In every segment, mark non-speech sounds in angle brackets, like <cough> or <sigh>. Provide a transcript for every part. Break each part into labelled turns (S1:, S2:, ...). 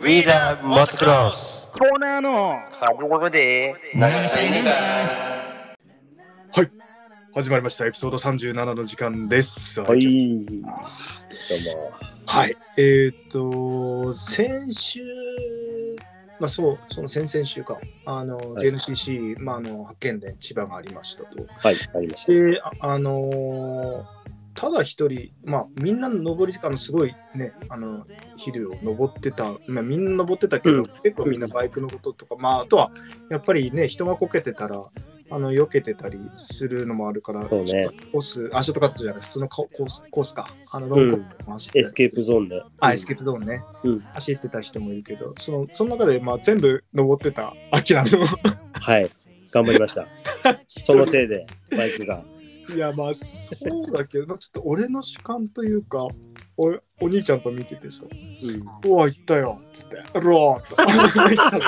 S1: We love motocross!
S2: コーナーのサブゴで
S1: 長さいねだ
S3: 始まりましたエピソード37の時間です。
S2: はい。どうも。
S3: はい。えーっと、先週、まあそう、その先々週か、あの、
S2: い
S3: JNCC、まああの、発見で千葉がありましたと。
S2: はい、ありました。
S3: で、あ、あのーただ一人、まあみんなの登り時間すごいね、あの、ヒルを登ってた、まあみんな登ってたけど、
S2: うん
S3: 結構みんなバイクのこととか、まああとは、やっぱりね、人がこけてたら、あの、避けてたりするのもあるから、
S2: そうね。
S3: コース、あ、ショートカットじゃない、普通のココースコースか。あの、ロ
S2: ん
S3: ングコースも走って、
S2: エスケープゾーンで。
S3: あ、エスケープゾーンね、
S2: うん
S3: 走ってた人もいるけど、その、その中で、まあ、全部登ってた、アキラの。
S2: はい。頑張りま
S3: <laughs>
S2: した。そのせいで、バイクが。
S3: いや、まあ、そうだけど、なんかちょっと俺の主観というか、おお兄ちゃんと見ててさ、
S2: うん。
S3: うわ、行ったよ、つって、ローっと。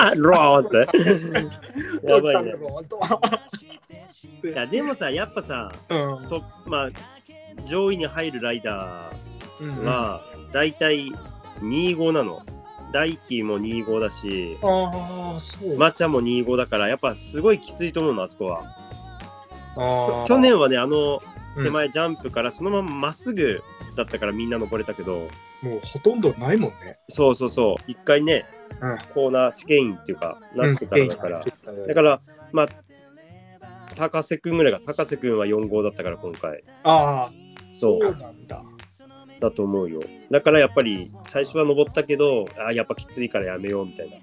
S2: あローンって。<laughs>
S3: <laughs>
S2: やばいね。
S3: ローっと
S2: いや、でもさ、やっぱさ、
S3: うん
S2: とまあ、上位に入るライダ
S3: うん
S2: ーは、だいたい25なの。ダイキーも25だし、
S3: ああ、そう。
S2: マチャも25だから、やっぱすごいきついと思うの、あそこは。
S3: あー
S2: 去、年はね、あの
S3: うん
S2: 手前ジャンプからそのまままっすぐだったからみんな登れたけど、
S3: もうほとんどないもんね。
S2: そうそうそう、一回ね、
S3: うん
S2: コーナー試験員っていうか、なってからだから、だから、まあ、高瀬くんぐらいが、高瀬くんは4号だったから今回、
S3: ああ、
S2: そう
S3: そうなんだ。
S2: だと思うよ。だからやっぱり、最初は登ったけど、あやっぱきついからやめようみたいな。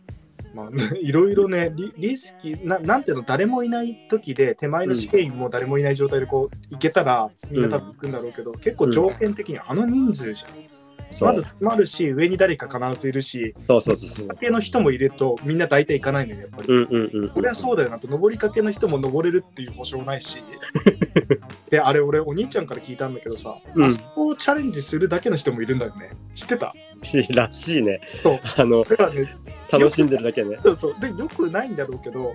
S3: まあ、 <laughs> いろいろねリ、リスキーな、なんていうの、誰もいない時で、手前の試験員も誰もいない状態でこう、行けたら、みんな多分行くんだろうけど、結構条件的にあの人数じゃん。
S2: そう
S3: まず詰まるし、上に誰か必ずいるし、
S2: そうそうそうそう。
S3: 酒の人もいると、みんな大体行かないのよ、やっぱり。
S2: うんうんうん、うん。
S3: これはそうだよなと、登りかけの人も登れるっていう保証ない
S2: <laughs>
S3: し。で、あれ、俺、お兄ちゃんから聞いたんだけどさ、
S2: うん <laughs>
S3: あそこをチャレンジするだけの人もいるんだよね。知ってた
S2: らしいね
S3: そう。
S2: あの、
S3: だからね、
S2: 楽しんでるだけね。
S3: そうそう。で、よくないんだろうけど、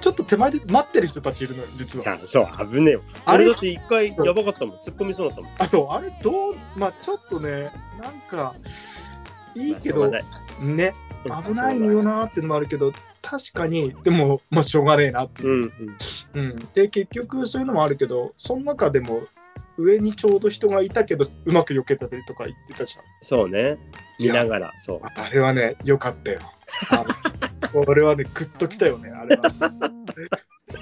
S3: ちょっと手前で待ってる人たちいるのよ、実
S2: い
S3: は。
S2: やそう、危ねえよ。あ
S3: あ
S2: れ
S3: れ
S2: だって一回やばかったもん。突っ込みそうだったもん。
S3: あ、そう、あれどう、まあちょっとね、なんか、いいけ
S2: まあ
S3: ど、
S2: し
S3: ね、
S2: ょうが
S3: 危ないよなーってのもあるけど、確かに、でも、まあしょうがねえなって
S2: う
S3: いう。
S2: んうん。
S3: うん。で、結局そういうのもあるけど、その中でも、上にちょうど人がいたけど、うまく避けたりとか言ってたじ
S2: そうね。見ながら、そう。
S3: ゃん。あれはね、よかったよ。あの俺はね、グッときたよね、あれ <laughs> は。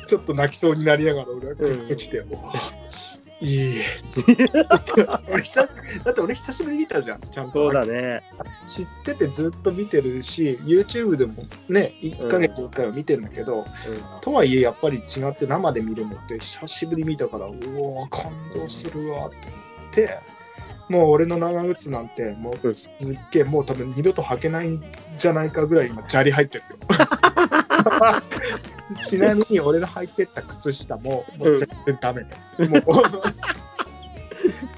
S3: ちょっと泣きそうになりながら、俺はグッときて、お <laughs> ーいい俺久 <laughs> だって俺久しぶりに見たじゃんちゃんと
S2: そうだね。
S3: 知っててずっと見てるし YouTube でもね1ヶ月1回は見てるんだけど、とはいえやっぱり違って生で見るのって久しぶりに見たからうわ感動するわって思ってもう俺の長靴なんてもうすっげえもう多分二度と履けないんじゃないかぐらい今砂利入ってるよちなみに俺の履いてった靴下ももう全然ダメで、も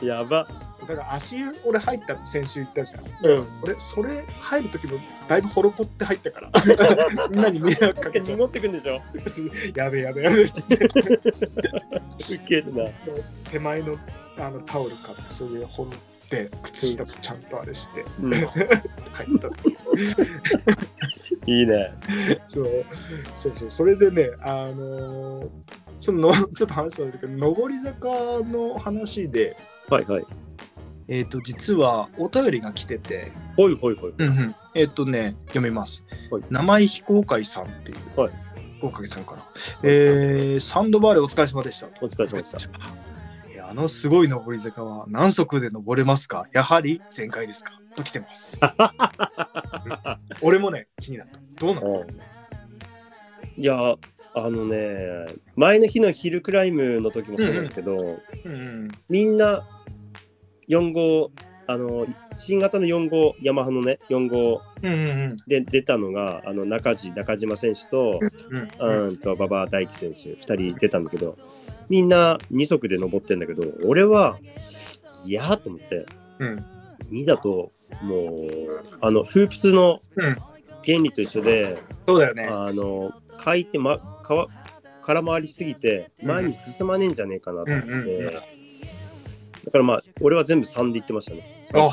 S3: う
S2: やば。
S3: だから足湯俺入ったって先週言ったじゃん。
S2: うん。
S3: 俺それ入る時もだいぶほろこって入ったからみんなに迷惑かけちゃう
S2: 持ってくんでしょ
S3: やべやべやべっつって
S2: ウケるな。
S3: 手前のあのタオル買ってそれでほろって靴下もちゃんとあれして
S2: うん
S3: 入ったっていう
S2: いいね。
S3: <laughs> そうそうそうそれでねあのーその <laughs> ちょっと話はあるけど上り坂の話で
S2: はいはい。
S3: えっ、と実はお便りが来てて
S2: ほいほいほい。
S3: うんうん、えっ、とね読みます、
S2: はい
S3: 名前非公開さんっていう、
S2: はい
S3: 非公開さんから、えーサンドバーレお疲れ様でした
S2: お疲れ様でした。
S3: いやあのすごい上り坂は何足で登れますかやはり全開ですかと来てま
S2: <laughs>
S3: すうん俺もね気になったどうなの
S2: いや、あのね、前の日のヒルクライムの時もそうなんだけど、
S3: うんうん
S2: みんな4号、あの、新型の4号、ヤマハのね、4号
S3: うんうん
S2: で出たのが、あの中地、中島選手と、
S3: うん
S2: う
S3: うん
S2: んと馬場大樹選手2人出たんだけどみんな2足で登ってんだけど俺はいやーと思って
S3: うん
S2: 2だともうあのフープスの
S3: うん
S2: 原理と一緒で、
S3: そうだよね
S2: あの回転、ま、かわ空回りすぎて前に進まねえんじゃねえかなと思って、
S3: うんうんうん
S2: だからまあ俺は全部3で言ってましたね。
S3: あ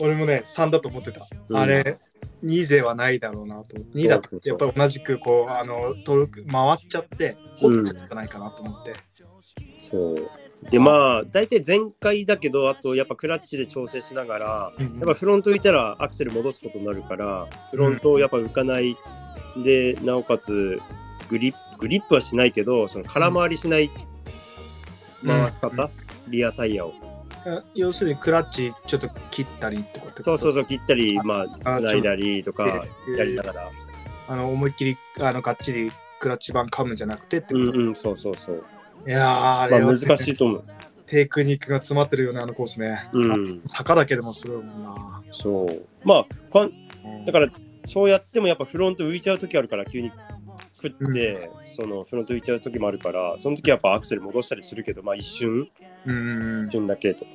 S3: 俺もね3だと思ってた、
S2: うん
S3: あれ2勢はないだろうなと。2だと、やっぱり同じく、こう、あの、トルク回っちゃって、ほっとじゃないかなと思って。
S2: そう。で、まあ、大体全開だけど、あと、やっぱクラッチで調整しながら、
S3: うん
S2: やっぱフロント浮いたらアクセル戻すことになるから、フロントをやっぱ浮かないで、なおかつグリップ、グリップはしないけど、その空回りしない回し方、リアタイヤを。
S3: うん要するにクラッチちょっと切ったりとかって
S2: そうそう
S3: う
S2: そう、切ったり、まあ、
S3: あ
S2: つないだりとか、
S3: えー
S2: やりながら。
S3: あの思いっきりあのがっちりクラッチ板噛むんじゃなくてって
S2: う
S3: こと、
S2: ん
S3: い
S2: うん、そうそうそう。
S3: やーあ
S2: まあ、
S3: れは、
S2: 難
S3: ね
S2: しいと思う。
S3: テクニックが詰まってるよねあのコースね、
S2: うん、
S3: 坂だけでもすごいもんな、
S2: そう。まあ、かんだからら、そうやってもやっぱフロント浮いちゃう時あるから、急に食って、そのフロント浮いちゃう時もあるから、その時はやっぱアクセル戻したりするけど、まあ一瞬、
S3: うん
S2: 一瞬だけと。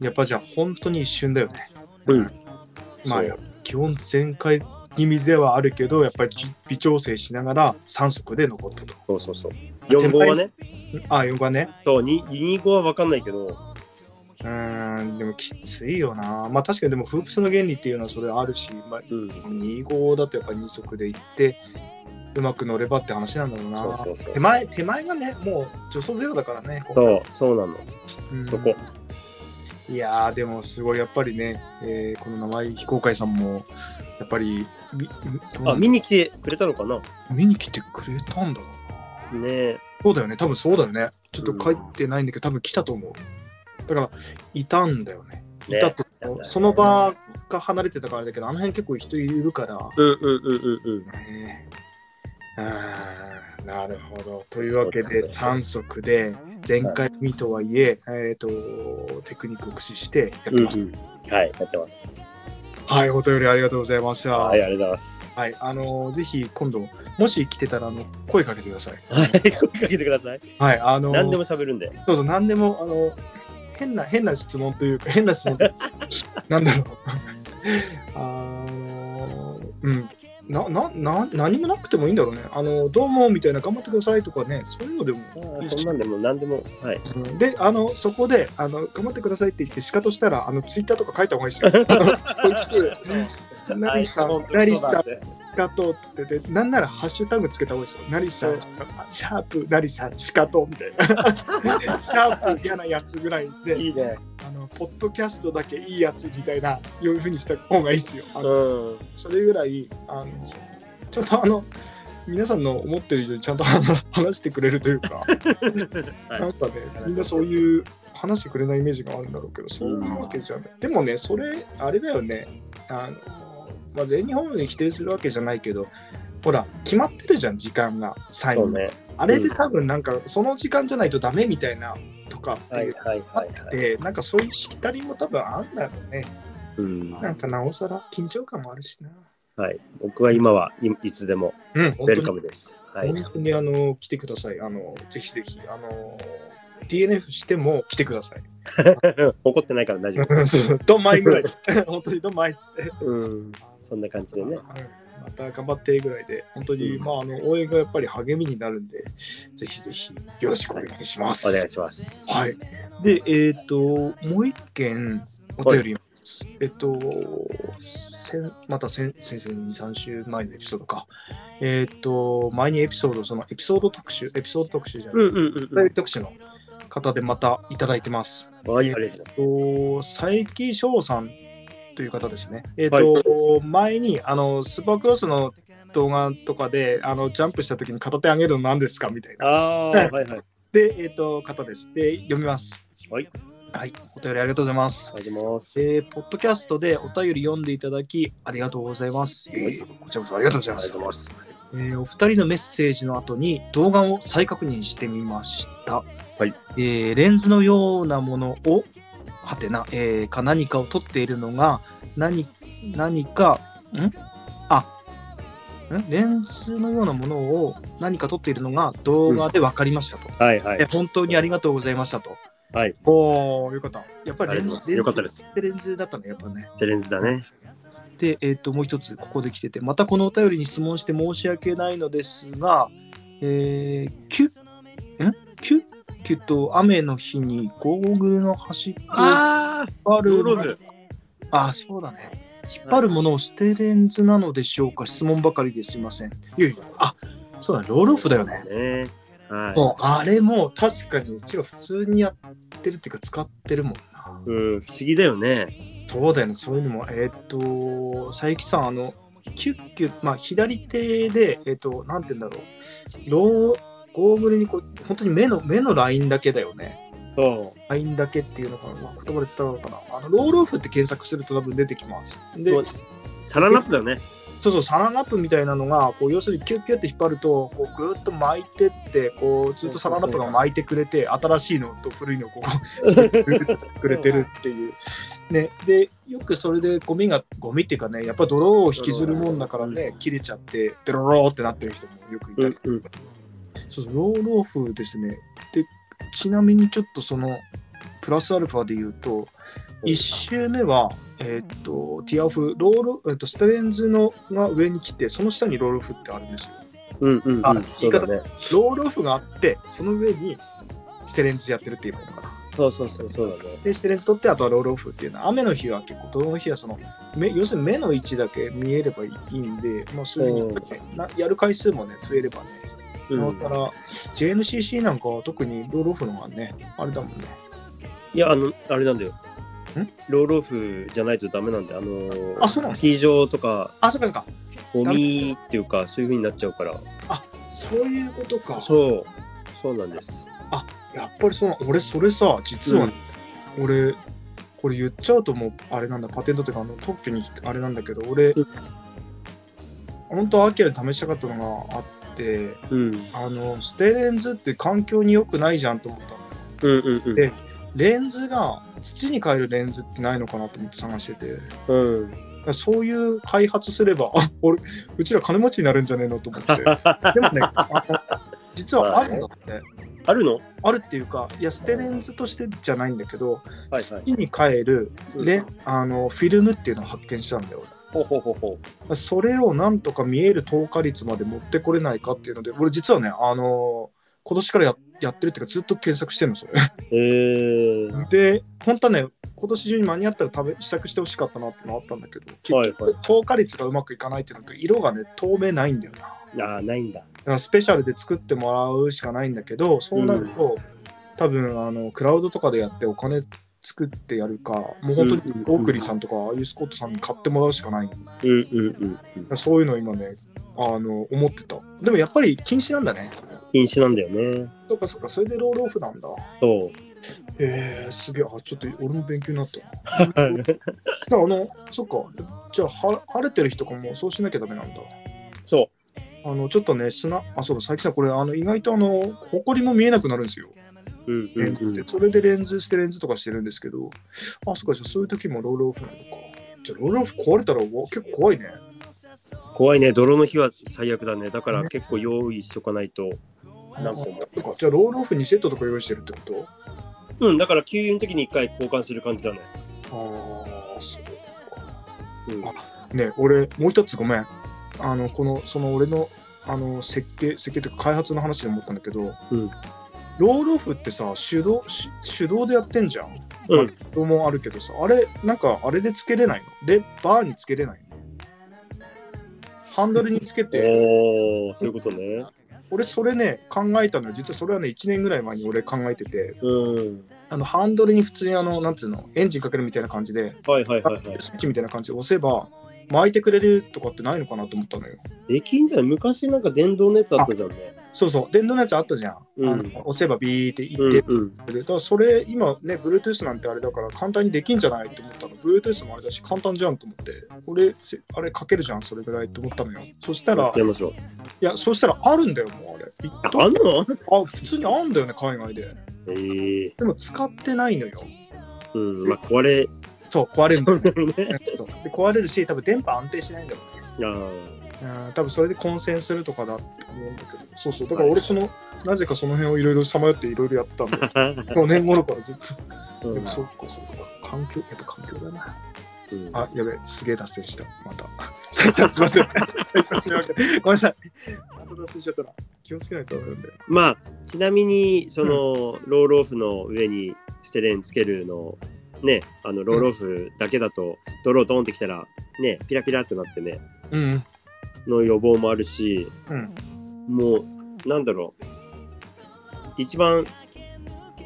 S3: やっぱじゃあ本当に一瞬だよね
S2: うん
S3: まあ
S2: そう
S3: 基本全開気味ではあるけどやっぱりじ微調整しながら3足で残ったと
S2: そうそうそう。
S3: 手
S2: 4号
S3: 前
S2: はね、
S3: あ4番ね
S2: そう、2, 2号は分かんないけど、
S3: うーんでもきついよなまあ確かにでもフープスの原理っていうのはそれあるし、まあ、
S2: うん、
S3: 2号だとやっぱ2足で行ってうまく乗ればって話なんだろうな
S2: そうそうそう
S3: 手前手前がねもう助走ゼロだからね
S2: そう、そうなの、
S3: うん
S2: そこ。
S3: いやーでもすごいやっぱりね、えーこの名前非公開さんもやっぱりみ
S2: あ、見に来てくれたのかなね
S3: 見に来てくれたんだろうな
S2: え
S3: そうだよね多分そうだよねちょっと書いてないんだけど多分来たと思うだからいたんだよねい
S2: ね
S3: たと
S2: なんだね
S3: その場が離れてたからあれだけどあの辺結構人いるから、
S2: うんうんうんうんうん。
S3: ねあーなるほど。というわけ
S2: そう
S3: で
S2: ですね
S3: 3足で前回見とはいえ、えー、とテクニックを駆使してやってます、
S2: うんうんはい、やってます。
S3: はい、お便りありがとうございました。
S2: は、
S3: はいい、
S2: ありがとうございます。
S3: あのぜひ今度もし来てたらあの声かけてください。
S2: はい、声かけてください。
S3: はい、あの
S2: 何でも喋るんで。
S3: どうぞ何でもあの変な変な質問というか <laughs> 変な
S2: <laughs>
S3: 質問なんだろう <laughs> あのうんななな何もなくてもいいんだろうねあのどうもみたいな頑張ってくださいとかねそういうのでもいい
S2: そん
S3: し
S2: なんでも何でも、はい。
S3: うんであのそこであの頑張ってくださいって言ってしかとしたらあのツイッターとか書いた方がいいですよあのこいつなりさんなりさんかとっつっててなんならハッシュタグつけた方がいいですよ。なりさん、シャープ、なりさん、しかとみたいな。シャープ、嫌なやつぐらい
S2: <laughs>
S3: で、
S2: いいね。
S3: あのポッドキャストだけいいやつみたいな、いうふうにした方がいいですよ。あ
S2: う
S3: の
S2: ん。
S3: それぐらい、あのちょっとあの、皆さんの思ってる以上にちゃんとあの話してくれるというか、なんかね、みんなそういう話してくれないイメージがあるんだろうけど、そういうわけじゃない。でもね、それ、あれだよね、あの、まあ、全日本に否定するわけじゃないけど、ほら、決まってるじゃん、時間が、最
S2: そ
S3: 後、
S2: うね。
S3: あれで多分、なんか、その時間じゃないとダメみたいなとかって、
S2: はいいうはい
S3: あ
S2: はい
S3: っ
S2: はい。
S3: て、なんかそういうしきたりも多分あんだろうね。
S2: うん
S3: なんか、なおさら緊張感もあるしな。
S2: はい。僕は今はいいつでも
S3: うん、
S2: ウェ
S3: 本当
S2: ルカ
S3: に
S2: ムです。はい。
S3: 本当にあの来てください。あのぜひぜひあの DNF しても来てく
S2: <laughs>
S3: ださい。 <laughs>
S2: 怒ってないから大丈夫
S3: そう
S2: です。
S3: そうドンマイぐらいで <laughs> 本当にドンマイっつって。
S2: うん。そんな感じでね
S3: はい。また頑張ってぐらいで、本当に、
S2: うん
S3: まあ、あの応援がやっぱり励みになるんで、ぜひぜひよろしくお願いします。
S2: お願いします。
S3: はい。で、えっ、と、もう一件お便ります。えっと、せんまたせん先生に2、3週前のエピソードか。えっ、と、前にエピソード、そのエピソード特集、エピソード特集じゃ
S2: う
S3: ない、
S2: んうん
S3: お
S2: うん
S3: 便り特集の方でまたいただいてます。
S2: うん。はい、ありがとうございま
S3: えっ
S2: す。
S3: と、佐伯翔さんという方ですね。えっ、と、前にあのスーパークロスの動画とかであのジャンプした時に片手上げるの何ですかみたい
S2: あ
S3: な。
S2: あ、はいはい。ありがと
S3: で、えっ、と、方です。で、読みます。
S2: はい。
S3: はい。お便りありがとうございます。
S2: うございます。
S3: えー、ポッドキャストでお便り読んでいただきありがとうございます。えーこちらこそありがとうございます。
S2: す。
S3: えーお二人のメッセージの後に動画を再確認してみました。
S2: はい
S3: えーレンズのようなものを、はてな、えーか何かを撮っているのが、何何か、んあんレンズのようなものを何か撮っているのが動画で分かりましたと。
S2: はいは
S3: え
S2: い。
S3: 本当にありがとうございましたと。
S2: はい。
S3: おお、よかった。やっぱりレ
S2: ありがとうござい
S3: ン
S2: ます
S3: ズ、
S2: よかったです。
S3: レンズだったね、やっぱね。
S2: チャレンジだね。
S3: で、えっ、と、もう一つ、ここで来てて、またこのお便りに質問して申し訳ないのですが、えー、キュッ、んキュッキュッと雨の日にゴーグルの端っこを
S2: ああ、
S3: あ
S2: ロ
S3: る
S2: ーローズ。
S3: あ、そうだね。引っ張るものを捨てレンズなのでしょうか質問ばかりですいません。いやいや、あそうだ、ロールオフだよね。
S2: ね。はい。
S3: そうあれも確かにうちは普通にやってるっていうか使ってるもんな。
S2: うん、不思議だよね。
S3: そうだよね、そういうのも。えーっと、佐伯さん、あの、キュッキュッ、まあ、左手で、えーっと、なんて言うんだろう、ロー、ゴーグルにこう、本当に目の、目のラインだけだよね。
S2: そ
S3: ラインだけっていうのかな、まあ言葉で伝わるかな。あの、ロールオフって検索すると多分出てきます。で、
S2: そうう。サランラップだよね。
S3: そうそう、サランラップみたいなのが、こう要するにキュッキュッて引っ張ると、こうぐーっと巻いてって、こうずっとサランラップが巻いてくれて、新しいのと古いのをこ <laughs> う、くれてるっていう。ね、で、よくそれでゴミが、ゴミっていうかね、やっぱ泥を引きずるもんだからね、切れちゃって、ペロローってなってる人もよくいた
S2: う
S3: り
S2: ん
S3: とか、
S2: うん。
S3: そうそう、ローローフですね。で、ちなみにちょっとその、プラスアルファで言うと、1周目は、えーっと、ティアオフ、ロール、えーっと、ステレンズのが上に来て、その下にロールオフってあるんですよ。
S2: うんうんうん
S3: あ。
S2: そうだね。
S3: ロールオフがあって、その上にステレンズやってるっていうものかな。
S2: そうそうそうそうだね。
S3: で、ステレンズ取って、あとはロールオフっていうのは、雨の日は結構、泥の日はその、目要するに目の位置だけ見えればいいんで、まあ、そういうふうに、なやる回数もね、増えればね、
S2: う
S3: だ
S2: ん
S3: か。ら JNCC なんかは特にロールオフのがねあれだもんね
S2: いや、あの、あれなんだよ。ロールオフじゃないとダメなんで、あの
S3: あそうなの
S2: スキー場とか
S3: あそうかそうか
S2: ゴミっていうかそういう風になっちゃうから
S3: そういうことか
S2: そうそうなんです
S3: やっぱりそう俺それさ実はね、俺これ言っちゃうともうあれなんだパテントっていうかあの特許にあれなんだけど俺、
S2: うん
S3: 本当はアキラに試したかったのがあって
S2: うん
S3: あのステレンズって環境に良くないじゃんと思ったの
S2: うんうんうん
S3: でレンズが土に変えるレンズってないのかなと思って探してて
S2: うん
S3: だからそういう開発すれば、あ俺、うちら金持ちになるんじゃねえのと思って。でもね、あの実はあるんだって。
S2: あるのはい
S3: あるっていうか、いや、ステレンズとしてじゃないんだけど、
S2: はい
S3: 土に変えるレ、あのフィルムっていうのを発見したんだよ。
S2: ほうほうほうほ
S3: それをなんとか見える透過率まで持ってこれないかっていうので、俺実はね、あの今年からややってるっていうか、ずっと検索してるの、それ。
S2: うへえー、
S3: で、本当はね、今年中に間に合ったら食べ試作してほしかったなってのあったんだけど、結
S2: はいはい
S3: 局、透過率がうまくいかないっていうのと、色がね、透明ないんだよな。だか
S2: あーないんだ
S3: らスペシャルで作ってもらうしかないんだけど、そうなると、多分あの、クラウドとかでやってお金作ってやるか、もう本当に
S2: うんうんうん
S3: オークリーさんとか、ああいうスコットさんに買ってもらうしかない。だか
S2: うんうんうんうん
S3: らそういうのを今ね、あの思ってた。でもやっぱり禁止なんだね。
S2: 禁止なんだよね
S3: そうかそうか、それでロールオフなんだ。
S2: そう
S3: えー、すげえ、あ、ちょっと俺も勉強になったな。だからあの、そっか、じゃあは晴れてる日とかもそうしなきゃダメなんだ。
S2: そ
S3: あの、ちょっとね、砂、あ、そうだ、佐伯さん、これ、あの、意外とあの、埃も見えなくなるんですよ。
S2: ううんう
S3: レン
S2: ん
S3: ズ
S2: う
S3: っ
S2: ん
S3: て。それでレンズしてレンズとかしてるんですけど、あ、そっか、じゃあそういう時もロールオフなのか。じゃあロールオフ壊れたら、うわ結構怖いね。
S2: 怖いね泥の日は最悪だねだから結構用意しとかないと何個も
S3: そっかじゃあロールオフ2セットとか用意してるってこと
S2: うんだから給油の時に一回交換する感じだね
S3: ああ、そう
S2: うん
S3: ね俺もう一つごめんあのこのその俺のあの設計設計というか開発の話で思ったんだけど、
S2: うん
S3: ロールオフってさ手動し手動でやってんじゃん、
S2: うん
S3: まあ手動もあるけどさあれなんかあれでつけれないのでバーにつけれないのハンドルにつけて
S2: おーそういうことね
S3: 俺それね考えたのよ実はそれはね1年ぐらい前に俺考えてて
S2: うん
S3: あのハンドルに普通にあのなんつうのエンジンかけるみたいな感じで
S2: はいはいはいはい
S3: スイッチみたいな感じで押せば巻いてくれるとかってないのかなと思ったのよ
S2: できんじゃん昔なんか電動のやつあったじゃんね。
S3: そうそう、電動のやつあったじゃん。
S2: うん
S3: あの押せばビーっていって
S2: うん
S3: く
S2: うん、
S3: れる、だからそれ、今ね、Bluetooth なんてあれだから簡単にできんじゃないと思ったの。Bluetooth もあれだし、簡単じゃんと思って、俺、せあれかけるじゃん、それぐらいと思ったのよ。そした
S2: や
S3: ら
S2: っちゃ、いましょう。
S3: いや、そしたらあるんだよ、もうあれ。一
S2: あ
S3: 等
S2: んの
S3: あ、普通にあんだよね、海外で。
S2: えー、
S3: でも使ってないのよ。
S2: うん、まあ壊れ
S3: そう、壊れるんだよね。
S2: ね。
S3: ちょっとで壊れるし、多分電波安定しないんだろうね。
S2: あ
S3: うん多分それで混戦するとかだって思うんだけど、そうそう、だから俺、その、なぜかその辺をいろいろさまよっていろいろやってたんだよ。
S2: <laughs> ー
S3: 5年頃からずっと。
S2: う
S3: で
S2: ん
S3: もそっかそっか。環境、やっぱ環境だな。
S2: うん
S3: あ、やべえ、すげえ脱線した。ま <laughs> た。すいません。すいません。ごめんなさい。また脱線しちゃったら、気をつけないとダメなんだよ。
S2: まあちなみにその、ロールオフの上にステレンつけるのねあのロールオフだけだと泥をドンってきたらね、ピラピラってなってね、
S3: うん。
S2: の予防もあるし、
S3: うん。
S2: もう、なんだろう、一番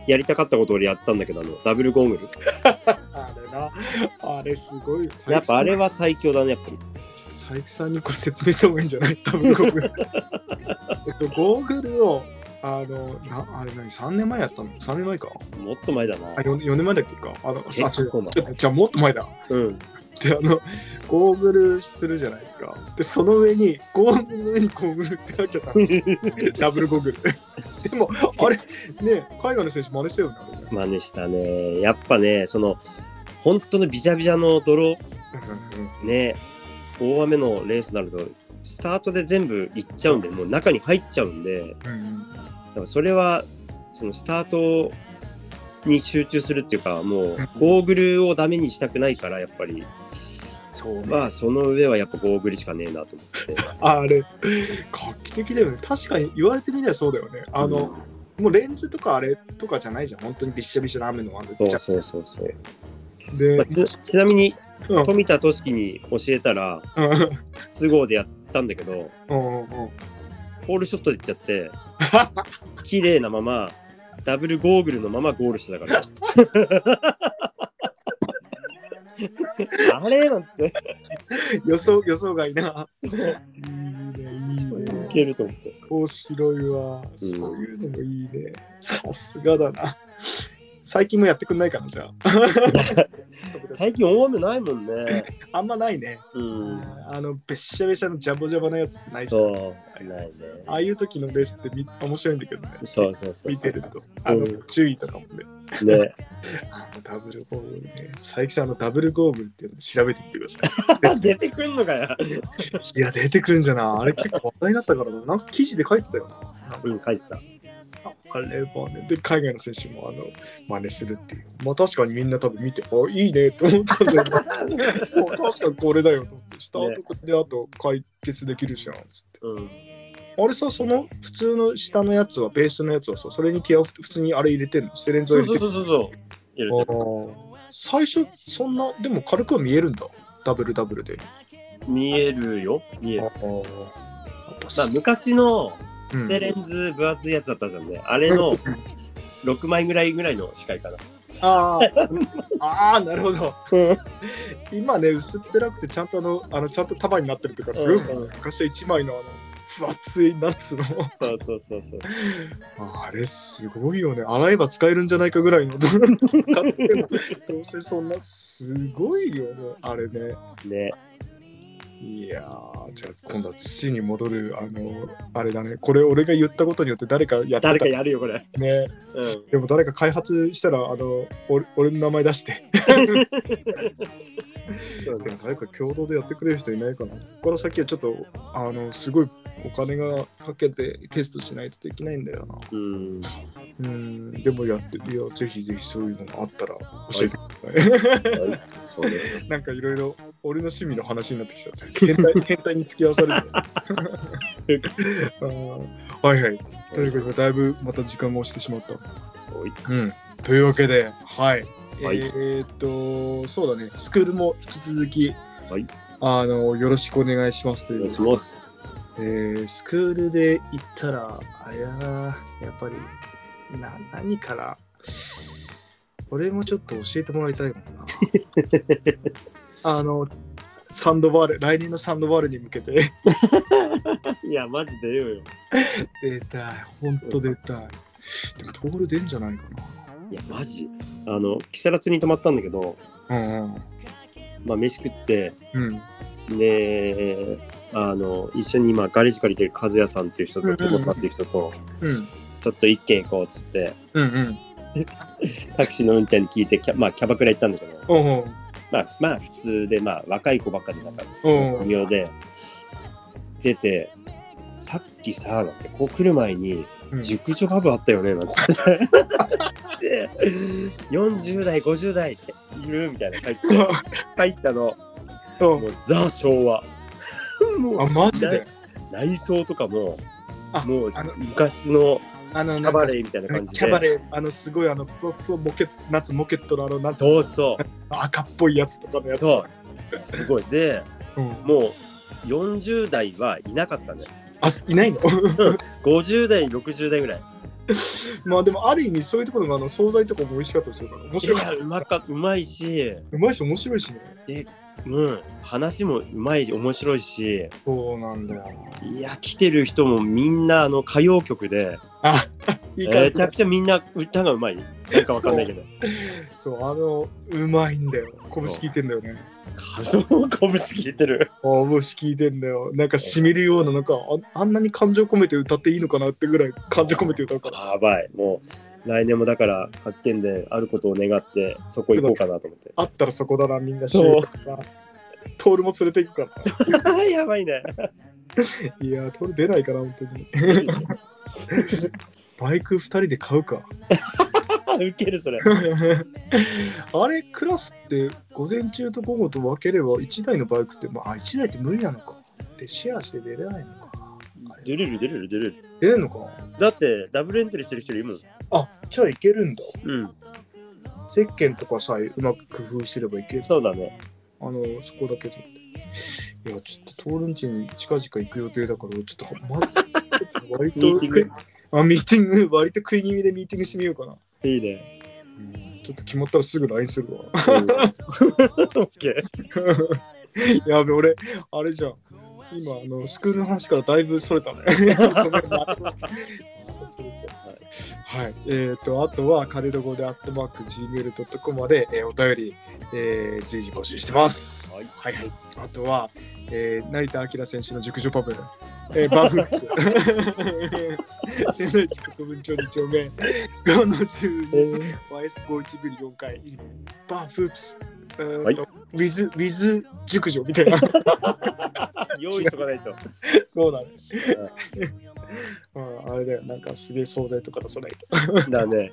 S2: やりたかったことを俺やったんだけど、あの、ダブルゴーグル。
S3: あれな。あれすごいよ。
S2: やっぱあれは最強だね、やっぱり。
S3: ちょっと佐伯さんにこれ説明した方がいいんじゃない多分 <laughs> ゴーグル。えっと、ゴーグルを、あの、なあれ何 ?3 年前やったの ?3 年前か
S2: もっと前だな
S3: あ。4、四年前だっけかあの、あ
S2: 結構前
S3: ちょっとじゃあもっと前だ。
S2: うん。 <laughs>
S3: で、あの、ゴーグルするじゃないですか。で、その上に、ゴーグルの上にゴーグルってかけたんですよダブルゴーグル。でも、あれ、ね、海外の選手真似したよね。あれね
S2: 真似したね。やっぱね、その、本当のビジャビジャの泥、ね、大雨のレースになると、スタートで全部行っちゃうんで、もう中に入っちゃうんで、
S3: うんうんうん
S2: だからそれは、そのスタートに集中するっていうか、もう、ゴーグルをダメにしたくないから、やっぱり、
S3: そうね。
S2: まあ、その上はやっぱゴーグルしかねえなと思って。
S3: <laughs> あれ、画期的だよね。確かに言われてみればそうだよね。あの、もうレンズとかあれとかじゃないじゃん。本当にびっしゃびしゃの雨のあの
S2: そうそうそうそう。
S3: で、
S2: まあちちなみに、
S3: うん
S2: 富田俊樹に教えたら、
S3: うん
S2: 都合でやったんだけど、
S3: うんうん
S2: ホールショットでいっちゃっ
S3: <laughs>
S2: て、綺麗なまま、ダブルゴーグルのままゴールしてた
S3: <laughs>
S2: から。あれなんですね。
S3: 予想予想外な。 <laughs> いいね、
S2: い
S3: いいね。
S2: けると思って。
S3: 面白いわ。そういうのもいいね。さすがだな。最近もやってくんないかな、じゃあ。
S2: 最近大雨ないもんね。
S3: あんまないね。
S2: うん。
S3: あの、べっしゃべしゃのジャボジャボなやつってないじゃん。
S2: そう。ないね。
S3: ああいう時のレースってみ面白いんだけどね。
S2: そうそうそう
S3: 見
S2: そ
S3: て
S2: う
S3: ると。あの、
S2: うん
S3: 注意とかもね。
S2: ね。
S3: <laughs> あのダブルゴーグルね。佐伯さんあのダブルゴーグルっていうの調べてみてくださ
S2: 出てくんのかよ。
S3: い。いや、出てくるんじゃないあれ結構話題になったからな。なんか記事で書いてたよな。
S2: うん、返した。
S3: あれはね。で、海外の選手もあの、真似するっていう。まあ確かにみんな多分見て、あ、いいねって思ったんだけど、
S2: <laughs>
S3: もう確かにこれだよと思って、スタートこれであと解決できるじゃん、つって。
S2: うん。
S3: あれさ、その普通の下のやつは、ベースのやつはさ、それにティアを普通にあれ入れてんのステレンズを
S2: そうそ
S3: 入れて
S2: うん
S3: の
S2: そうそうそう。入れて
S3: あー最初、そんな、でも軽くは見えるんだ。ダブルダブルで。
S2: 見えるよ。見える。まあ、
S3: あ
S2: 昔の
S3: うん
S2: セレンズ分厚いやつだったじゃんね。あれの6枚ぐらいぐらいの視界かな。
S3: あ
S2: <laughs>
S3: ーあーなるほど今ね薄っぺらくてちゃんとあのあのちゃんと束になってるというかすごい、
S2: うんうん
S3: 昔は一枚のあの分厚いナつの
S2: そうそうそうそう。
S3: あれすごいよね洗えば使えるんじゃないかぐらいの使ってんのどうせそんなすごいよねあれね
S2: ね。
S3: いやーじゃあ今度は土に戻るあのあれだねこれ俺が言ったことによって誰かやってた
S2: 誰か
S3: ね
S2: やるよ、これ。うん。
S3: でも誰か開発したら、あの、俺俺の名前出して。
S2: そう
S3: で
S2: ね
S3: も誰か共同でやってくれる人いないかな。ここから先はちょっと、あの、すごいお金がかけてテストしないとできないんだよな。
S2: うん。
S3: うん、でもやって、いや、ぜひぜひそういうのがあったら教えてください。
S2: そうね。
S3: なんかいろいろ、俺の趣味の話になってきちゃった。 <laughs> 変態変態に付き合わされて。 <laughs> あーはいはい。ということで、だいぶまた時間が押してしまった。
S2: おい
S3: うん、というわけで、はい。
S2: はい
S3: えーっと、そうだね、スクールも引き続き、
S2: はい
S3: あの、よろしくお願いしますと
S2: お
S3: い。
S2: 願いうします。
S3: えースクールで行ったら、あれだな、やっぱり、な、何から、俺もちょっと教えてもらいたいもん
S2: <laughs>
S3: な。あの、サンドバール、来年のサンドバールに向けて、 <laughs>
S2: いや、マジでよよ。
S3: 出たい、ほんと出たい。でも、トール出んじゃないか
S2: いや、マジ。あの、木更津に泊まったんだけど、
S3: な。うん
S2: まあ、飯食って、
S3: うん。うん。
S2: で、あの、一緒に今、ガレージ借りてる和也さんっていう人
S3: うんう
S2: と、
S3: んうん
S2: ともさんっていう人と、
S3: うん。
S2: ちょっと一軒行こうっつって、
S3: うんうん。
S2: タクシーのうんちゃんに聞いて、キャまあ、キャバクラ行ったんだけど、
S3: おう
S2: まあ、まあ、普通で、まあ、若い子ばっかりだから、
S3: お
S2: 無
S3: う。
S2: 料で、出て、さっきさ、なんて、こう来る前に、
S3: うん
S2: 熟女パブあったよね、
S3: <laughs>
S2: なんつって。で、40代、50代っているみたいな書いて、入ったの、
S3: う
S2: も
S3: ん
S2: うザ昭和。も
S3: あ、
S2: う、
S3: マジで
S2: 内装とかも
S3: あ、
S2: もう
S3: あの、
S2: 昔の
S3: あの、
S2: キ
S3: な
S2: ャ
S3: んか
S2: バレーみたいな感じ
S3: キャバ
S2: で。
S3: レー、あの、すごい、あの、ふわふわモケット、夏モケットのあの、夏
S2: そうそ
S3: 赤っぽいやつとかのや
S2: う、
S3: つ。
S2: そう。すごい。で、
S3: うん、
S2: もう40代はいなかったね。
S3: あいないの <laughs>
S2: 50代、60代ぐらい。
S3: まあでもある意味そういうところのあの惣菜とかも美味しかったですよ面
S2: い
S3: 白か
S2: や
S3: っ、
S2: う
S3: た
S2: まか、うまいし、
S3: うまいし面白いしね
S2: うん、話もうまいし、面白いし、
S3: そうなんだよ
S2: いや、来てる人もみんな、あの、歌謡曲で、
S3: あいい感
S2: め
S3: じ
S2: ちゃくちゃみんな歌がうまい。なんかわかんないけど。
S3: そうあのうまいんだよ拳効いてんだよね
S2: そう、拳聞いてる。
S3: ああ、もう聞いてんだよ。なんかしみるような、なんかあ、あんなに感情込めて歌っていいのかなってぐらい感情込めて歌うから。
S2: <laughs> やばい。もう、来年もだから、発見であることを願って、そこ行こうかなと思って。
S3: あったらそこだな、みんな。
S2: そう
S3: トールも連れていくから。
S2: <laughs> やばいね。 <laughs>
S3: <laughs> いやー、トール出ないから、本当に。 <laughs> バイク2人で買うか。
S2: ウケる、それ。
S3: <laughs> あれ、クラスって午前中と午後と分ければ1台のバイクって、まあ、あ1台って無理なのか。で、シェアして出れないのか。
S2: 出れる、出れる、出れる。
S3: 出れるのか
S2: だって、ダブルエントリーしてる人いるもん。
S3: あ、じゃあいけるんだ。
S2: うん。
S3: ゼッケンとかさえうまく工夫すればいける。
S2: そうだね。
S3: あの、そこだけだって。いや、ちょっと、トールンチに近々行く予定だから、ちょっと、ま、
S2: <laughs>
S3: 割と、
S2: ミーティング
S3: あ、ミーティング、割と食い気味でミーティングしてみようかな。
S2: いいね。
S3: ちょっと決まったらすぐ LINE するわ。
S2: オッケー。
S3: <laughs> やべ、俺、あれじゃん。今、あの、スクールの話からだいぶそれ
S2: <laughs>
S3: たね。ごめんな <laughs> それちゃうはい、えっ、と、あとは、金どこで、アットマーク、gmail.com まで、えーお便り、えー随時募集してます。
S2: はい
S3: はいはい。あとは、えー成田明選手の熟女パブ、えーバーフック
S2: <laughs>
S3: <laughs> ス、仙台市国分町2丁目、5の12、YS51 ビル4階、バーフックス、えーと
S2: は
S3: ウィズ、ウィズ熟女みたいな。 <laughs>
S2: 用意しとかないと。
S3: そうだね。 <laughs> うん、あれだよ、なんかすげえ惣菜とか出さないと。 <laughs>
S2: だね。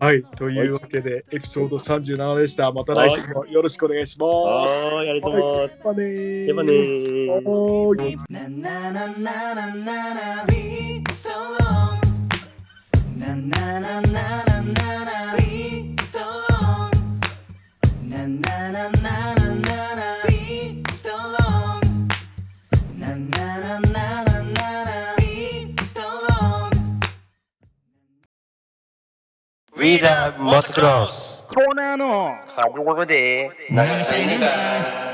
S3: はい、というわけで、エピソード37でした。また来週もよろしくお願いします。
S2: はーい、ありがとうございます。
S3: やっぱねー
S2: やっぱねー。
S3: はーい
S4: Na na na na na na na be so long. Na na na na na na na be so long. Na na na na na na na be so long. Na na na na na na na be so long.
S1: We love motocross.
S5: コーナーの
S1: 長すぎだ。